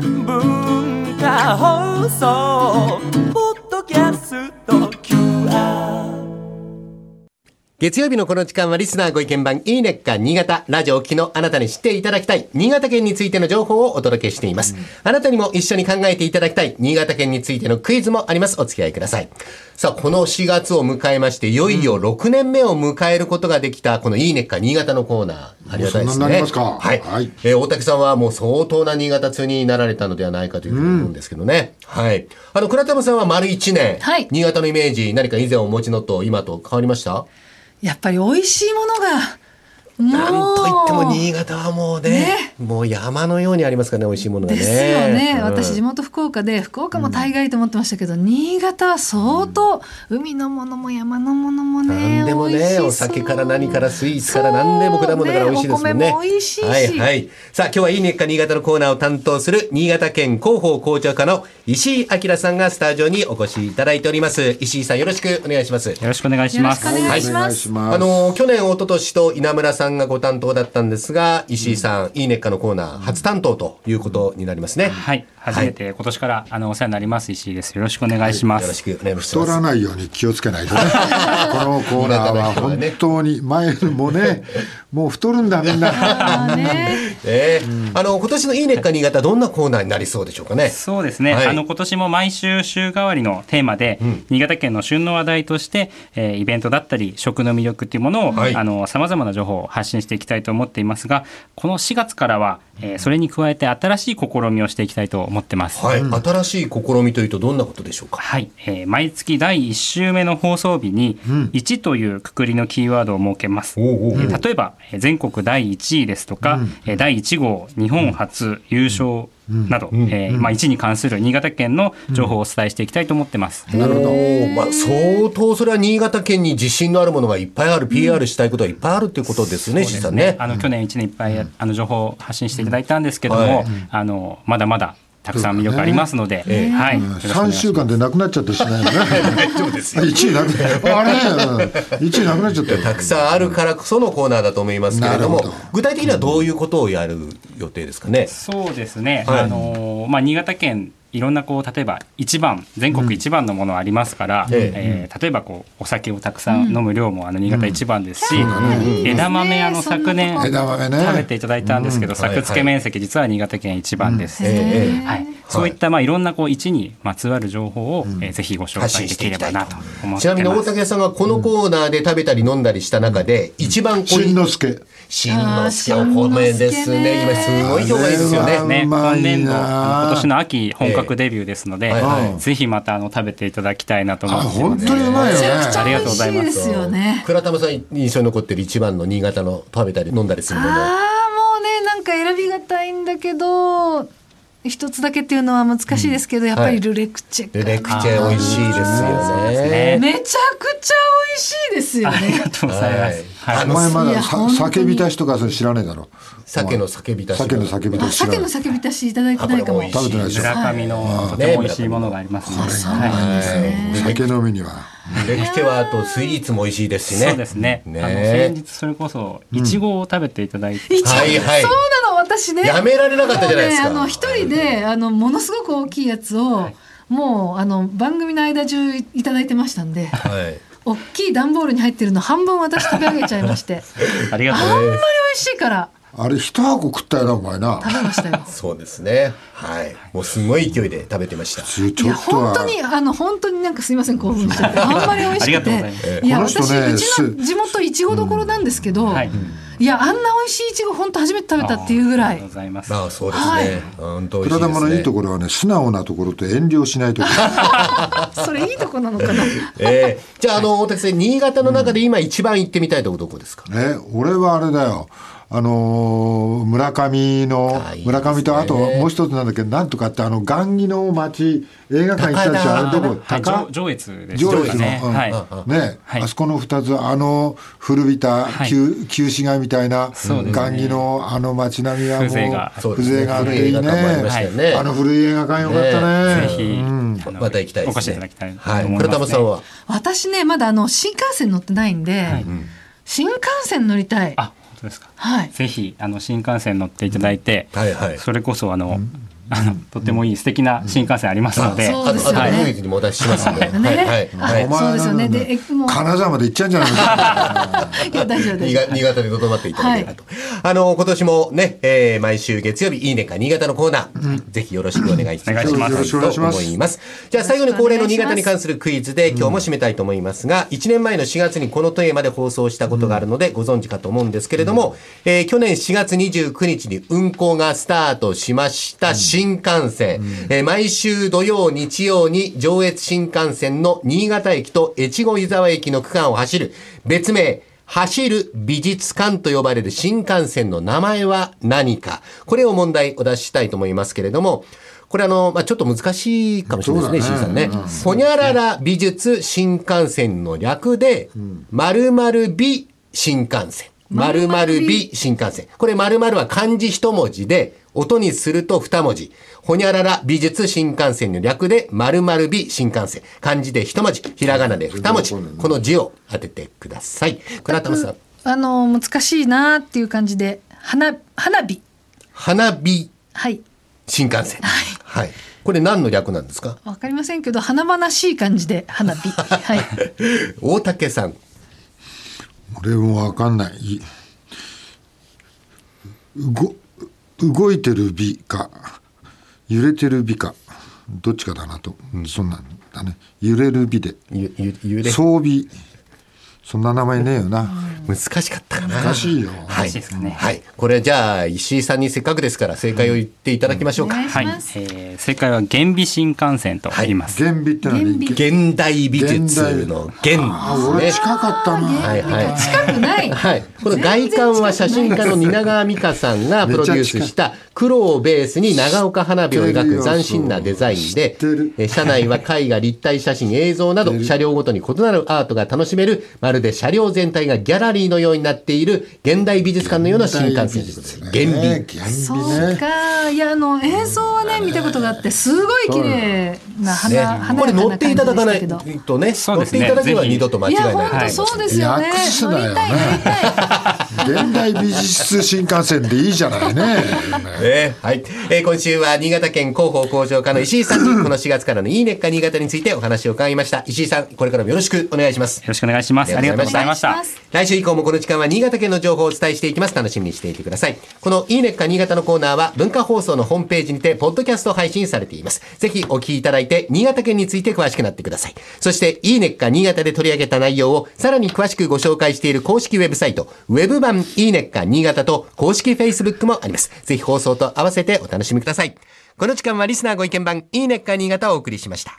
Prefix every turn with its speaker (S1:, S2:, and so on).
S1: 文化放送ポッドキャスト QR
S2: 月曜日のこの時間はリスナーご意見番いいねっか新潟ラジオ機のあなたに知っていただきたい新潟県についての情報をお届けしています、あなたにも一緒に考えていただきたい新潟県についてのクイズもありますお付き合いくださいさあこの4月を迎えましていよいよ6年目を迎えることができたこのいいねっか新潟のコーナーありがたいですね
S3: そんなになりますか
S2: はい、
S3: はい
S2: えー大竹さんはもう相当な新潟通になられたのではないかというふうに思うんですけどね、はいあの倉田さんは丸1年、
S4: はい
S2: 新潟のイメージ何か以前お持ちのと今と変わりました
S4: やっぱり美味しいものがもう
S2: なんといっても新潟はもうねもう山のようにありますからね美味しいものがね。
S4: ですよね、
S2: うん
S4: 私地元福岡で福岡も大概と思ってましたけど、新潟は相当海のものも山のものもね
S2: 何でも
S4: 美味し
S2: ね
S4: そう
S2: お酒から何からスイーツから何でも果物から美味しいですもんね
S4: そうねお米も美味しいし
S2: はいはいさあ今日はいいねっか新潟のコーナーを担当する新潟県広報紅茶課の石井明さんがスタジオにお越しいただいております石井さんよろしくお願いします
S5: よろしくお願いします。
S4: よろしくお願いします
S3: ま
S2: あの去年一昨年と稲村さんがご担当だったんですが石井さん、いいねっかのコーナー初担当ということになりますね、
S5: はい、初めて、今年からあのお世話になります石井です。よろしくお願いしま
S2: よろし
S5: す。
S2: くお願いします
S3: 太らないように気をつけないとね。このコーナーは本当に前もね、もう太るんだみんな。
S4: あーね
S2: ええあの今年のいいねっか新潟どんなコーナーになりそうでしょうかね。
S5: そうですね、
S2: はい
S5: あの今年も毎週週替わりのテーマで、新潟県の旬の話題として、えーイベントだったり食の魅力っていうものを、
S2: はい
S5: あのさまざまな情報を発信していきたいと思っていますがこの4月からは、えーそれに加えて新しい試みをしていきたいと思ってます。
S2: はい、新しい試みというとどんなことでしょうか。
S5: はい、えー毎月第1週目の放送日に1というくくりのキーワードを設けます、
S2: おうおうおう
S5: えー例えばえー全国第1位ですとか、えー第1号日本初優勝など、えーまあ、1に関する新潟県の情報をお伝えしていきたいと思ってます、
S2: なるほど、まあ、相当それは新潟県に自信のあるものがいっぱいある、PR したいことがいっぱいあるということですね、石井さんね。
S5: あの去年1年いっぱいあの情報を発信していただいたんですけども、
S2: はい
S5: あのまだまだたくさん魅力ありますので、はい、よろしくお願
S3: 3
S5: いします
S3: 週間でなくなっちゃったりしないよね。大丈夫です。1位なくなあれ ?1 位なくなっちゃったよ
S2: たくさんあるからこそのコーナーだと思いますけれども
S3: なるほど
S2: 具体的にはどういうことをやる予定ですかね。
S5: そうですね、
S2: はい
S5: あのーまあ、新潟県いろんなこう例えば一番全国一番のものありますから、
S2: え
S5: えー例えばこうお酒をたくさん飲む量もあの新潟一番ですし、枝豆あの
S4: そんな
S5: 昨年
S4: とこ
S3: 枝豆ね
S5: 食べていただいたんですけ
S2: は
S5: ど、
S2: い
S5: 作付け面積実は新潟県一番です。
S2: ええええ
S5: はい、そういったまあいろんなこう一にまつわる情報を、えーぜひご紹
S2: 発信
S5: 介で
S2: して
S5: き
S2: い
S5: れ
S2: きた
S5: ば
S2: い
S5: な
S2: と
S5: と思っ
S2: ち
S5: て
S2: な
S5: ます。
S2: みに大竹さんがこのコーナーで食べたり飲んだりした中で、一番これ
S3: しんのすけ。
S2: しんのすけお米ですね。
S4: あ
S2: 今す
S4: ー
S2: ごい評判いいですよ
S3: あれ
S2: ね
S3: は。
S5: ね、
S3: う
S5: 今
S3: まいな
S5: 年度、あの今年の秋本格デビューですので、
S2: ええはい
S3: はい
S5: ぜひまたあの食べていただきたいなと
S3: あ、
S5: 思って
S3: 本
S5: ます。
S3: 当にうまいよ
S4: めち
S3: ね。
S4: ゃくちゃ
S5: ありがとうございます
S4: 美味しですよね
S2: 倉玉さん印象に残ってる一番の新潟の食べたり飲んだりするもの。
S4: ああもうねなんか選びがたいんだけど一つだけっていうのは難しいですけど、やっぱりルレクチェか
S2: ルレクチェ美味しいですよね。
S4: めちゃくちゃ美味しいですよ
S5: あり
S4: ね
S5: がとうございます。
S2: はい
S5: はい
S3: お前ま
S4: いや
S3: ださ
S4: 本当に
S3: 叫び出しとかそれ知らねえだろ。
S2: 鮭の叫び出し。
S3: 酒の叫び
S4: あ
S3: 出し知ら
S4: 鮭
S3: ない
S4: の。酒びたしいただいてないかも
S2: あこれも美味しい
S3: 食べてないでしょ。
S5: 村上のとても美味しいものがありますので、はい
S3: 酒飲みには。
S2: ルレクチェはあとスイーツも美味しいですしね。
S5: そうですね。あの
S2: ね
S5: 先日それこそいちごを食べていただいて、
S4: 一応
S2: はいはい
S4: そうなの私ね
S2: やめられなかったじゃないですか
S4: もうねあの一人であのものすごく大きいやつを、もうあの番組の間中いただいてましたん で
S2: はい。
S4: 大きい段ボールに入ってるの半分私食べ上げちゃいまして
S5: ありが
S4: あ
S5: と
S4: ん
S5: う
S4: ま
S5: ご
S4: り
S5: ざい
S4: 美
S5: ます。
S4: 味しいから
S3: あれ一箱食ったよな、お前な。
S4: 食べましたよ
S2: そうですね。はい。もうすごい勢いで食べてました。
S3: ちょ
S4: い
S3: っ
S4: や
S3: と
S4: 本
S3: は。
S4: 当にあの本当になんかすいません興奮しちゃってあんまり美味しくて
S5: ありがとうございます
S4: や
S3: この人
S4: 私
S3: ね
S4: うちの
S3: す
S4: 地元いちごどころなんですけど、
S5: んはい
S4: い、やあんな美味しいいちご本当初めて食べたっていうぐら
S5: あり
S4: い
S5: がとうございます。
S2: まあそうですね。本当美味し
S3: 倉
S2: いです
S3: 玉
S2: ね。
S3: のいいところはね、素直なところと遠慮しないとこ
S4: それいいとこなのかな
S2: ええ じゃああの大竹さん新潟の中で今一番行ってみたいとこどこですか。
S3: ろ。ね、俺はあれだよ。あのー村上の
S2: あいいですね
S3: 村上とあともう一つなんだけどなんとかってあの雁木の町映画館行ったでしょ
S2: 高田
S3: あれどこ
S5: はい、
S3: 高
S5: 上上越です
S3: 上越の、
S5: ね。
S3: うん
S5: はい。
S3: ね、
S5: はい
S3: あそこの二つあの古びた
S5: はい
S3: 旧旧市街みたいな
S5: そうですね
S3: 雁木のあの街並みはもう
S5: 風情が
S2: そうですね
S3: 風情があっていいね
S2: 古い映画館もありましたよね
S3: あの古い映画館よかったね
S5: ぜひ、あの
S2: また行きたいですね。
S5: お越しいただきたいと思います、
S2: は
S5: ね。
S2: い。倉玉さんは。
S4: 私ねまだあの新幹線乗ってないんで、新幹線乗りたい
S5: あ、当ですか。
S4: はい。
S5: ぜひあの新幹線乗っていただいて、
S2: はいはい
S5: それこそあの、あのとてもいい素敵な新幹線ありますので、
S4: あそうですよね
S5: は
S2: あと
S5: い
S2: 2ヶ月にもお出ししますので。
S4: ね
S2: はいはい
S4: あそうですよね。
S3: お前
S4: で、え、もう、
S3: 金沢まで行っちゃうんじゃないか
S4: いや、大丈夫で
S2: 新
S4: す。
S2: 潟新潟でとどまっていただければと、あの今年もね、えー毎週月曜日いいねか新潟のコーナー、ぜひよろしくお願いいた
S5: お願いします
S2: と思いますじゃあ最後に恒例の新潟に関するクイズで今日も締めたいと思いますが、1年前の4月にこのテーマで放送したことがあるのでご存知かと思うんですけれども、えー去年4月29日に運行がスタートしました新幹線、えー毎週土曜日曜に上越新幹線の新潟駅と越後湯沢駅の区間を走る別名走る美術館と呼ばれる新幹線の名前は何かこれを問題お出ししたいと思いますけれども、これあの、まあ、ちょっと難しいかもしれないですね、
S3: そう
S2: 石井さ
S3: だ
S2: ん
S3: ね
S2: ね。ほにゃらら美術新幹線の略で、〇〇美新幹線。〇〇美新幹線。これ〇〇は漢字一文字で、音にすると二文字。ほにゃらら美術新幹線の略で、〇〇美新幹線。漢字で一文字、ひらがなで二文字。この字を当ててください。倉玉さん。
S4: あの、難しいなーっていう感じで、花、花火。
S2: 花火
S4: はい。
S2: 新幹線。はい。これ何の略なんですか
S4: わかりませんけど、華々しい感じで、花火。はい。
S2: 大竹さん。
S3: 俺もわかんないうご動いてる美か揺れてる美かどっちかだなと、そんなんだね揺れる美で
S2: ゆ、ゆ、ゆれ。
S3: 装備そんな名前ねえよな
S2: 難しかったかな。
S3: 難しいよ
S2: はい。
S5: 難しいですかね
S2: はい。これじゃあ、石井さんにせっかくですから正解を言っていただきましょうか。
S4: うんお願いし
S5: はい、え
S4: ます
S5: ー正解は原美新幹線と言います。
S3: 原美ってのはね
S4: 原美
S2: 現代美術の
S3: あ
S2: 現
S3: 俺
S2: ですね。
S3: 近かったな、
S2: はいはい。
S4: 近くない。
S2: はい、この外観は写真家の蜷川美香さんがプロデュースした黒をベースに長岡花火を描く斬新なデザインで
S3: 知ってる、
S2: え車内は絵画、立体写真、映像など車両ごとに異なるアートが楽しめる、まるで車両全体がギャラリーのようになっている現代美術館のような新幹線ということです。
S3: 原
S2: 原
S3: 美
S2: 美。
S4: そう
S3: ね
S4: か、いや、あの映像はね、見たことがあって、すごい綺麗な花、
S2: ね、
S4: 花
S2: これ
S4: やか
S2: 乗っ
S4: な感
S2: てい
S4: じ
S2: ただかな
S4: で
S2: い
S4: したけど。
S2: とね、
S5: そう
S2: 乗
S5: で
S2: っ
S5: す
S2: て
S5: ね
S2: いただけば
S5: ぜひ
S2: 二度と間違
S4: い
S2: いな
S4: や、
S2: い。
S4: 本当そうですよね。
S3: 略すな
S4: 乗
S3: よ
S4: りたい、乗りたい。
S3: 現代美術新幹線でいいじゃないね
S2: ねはい。えー今週は新潟県広報工場課の石井さんに、この4月からのいいねっか新潟についてお話を伺いました。石井さん、これからもよろしくお願いします。
S5: よろしくお願いします。
S2: あ
S5: あ
S2: り
S5: り
S2: が
S5: が
S2: と
S5: と
S2: う
S5: う
S2: ご
S5: ご
S2: ざ
S5: ざ
S2: い
S5: い
S2: ま
S5: ま
S4: し
S5: したた。
S2: 来週以降もこの時間は新潟県の情報をお伝えしていきます。楽しみにしていてください。このいいねっか新潟のコーナーは文化放送のホームページにて、ポッドキャスト配信されています。ぜひお聞きいただいて、新潟県について詳しくなってください。そして、いいねっか新潟で取り上げた内容をさらに詳しくご紹介している公式ウェブサイト、ウェブ版いいねっか新潟と公式 Facebook もあります。ぜひ放送と合わせてお楽しみください。この時間はリスナーご意見番、いいねっか新潟をお送りしました。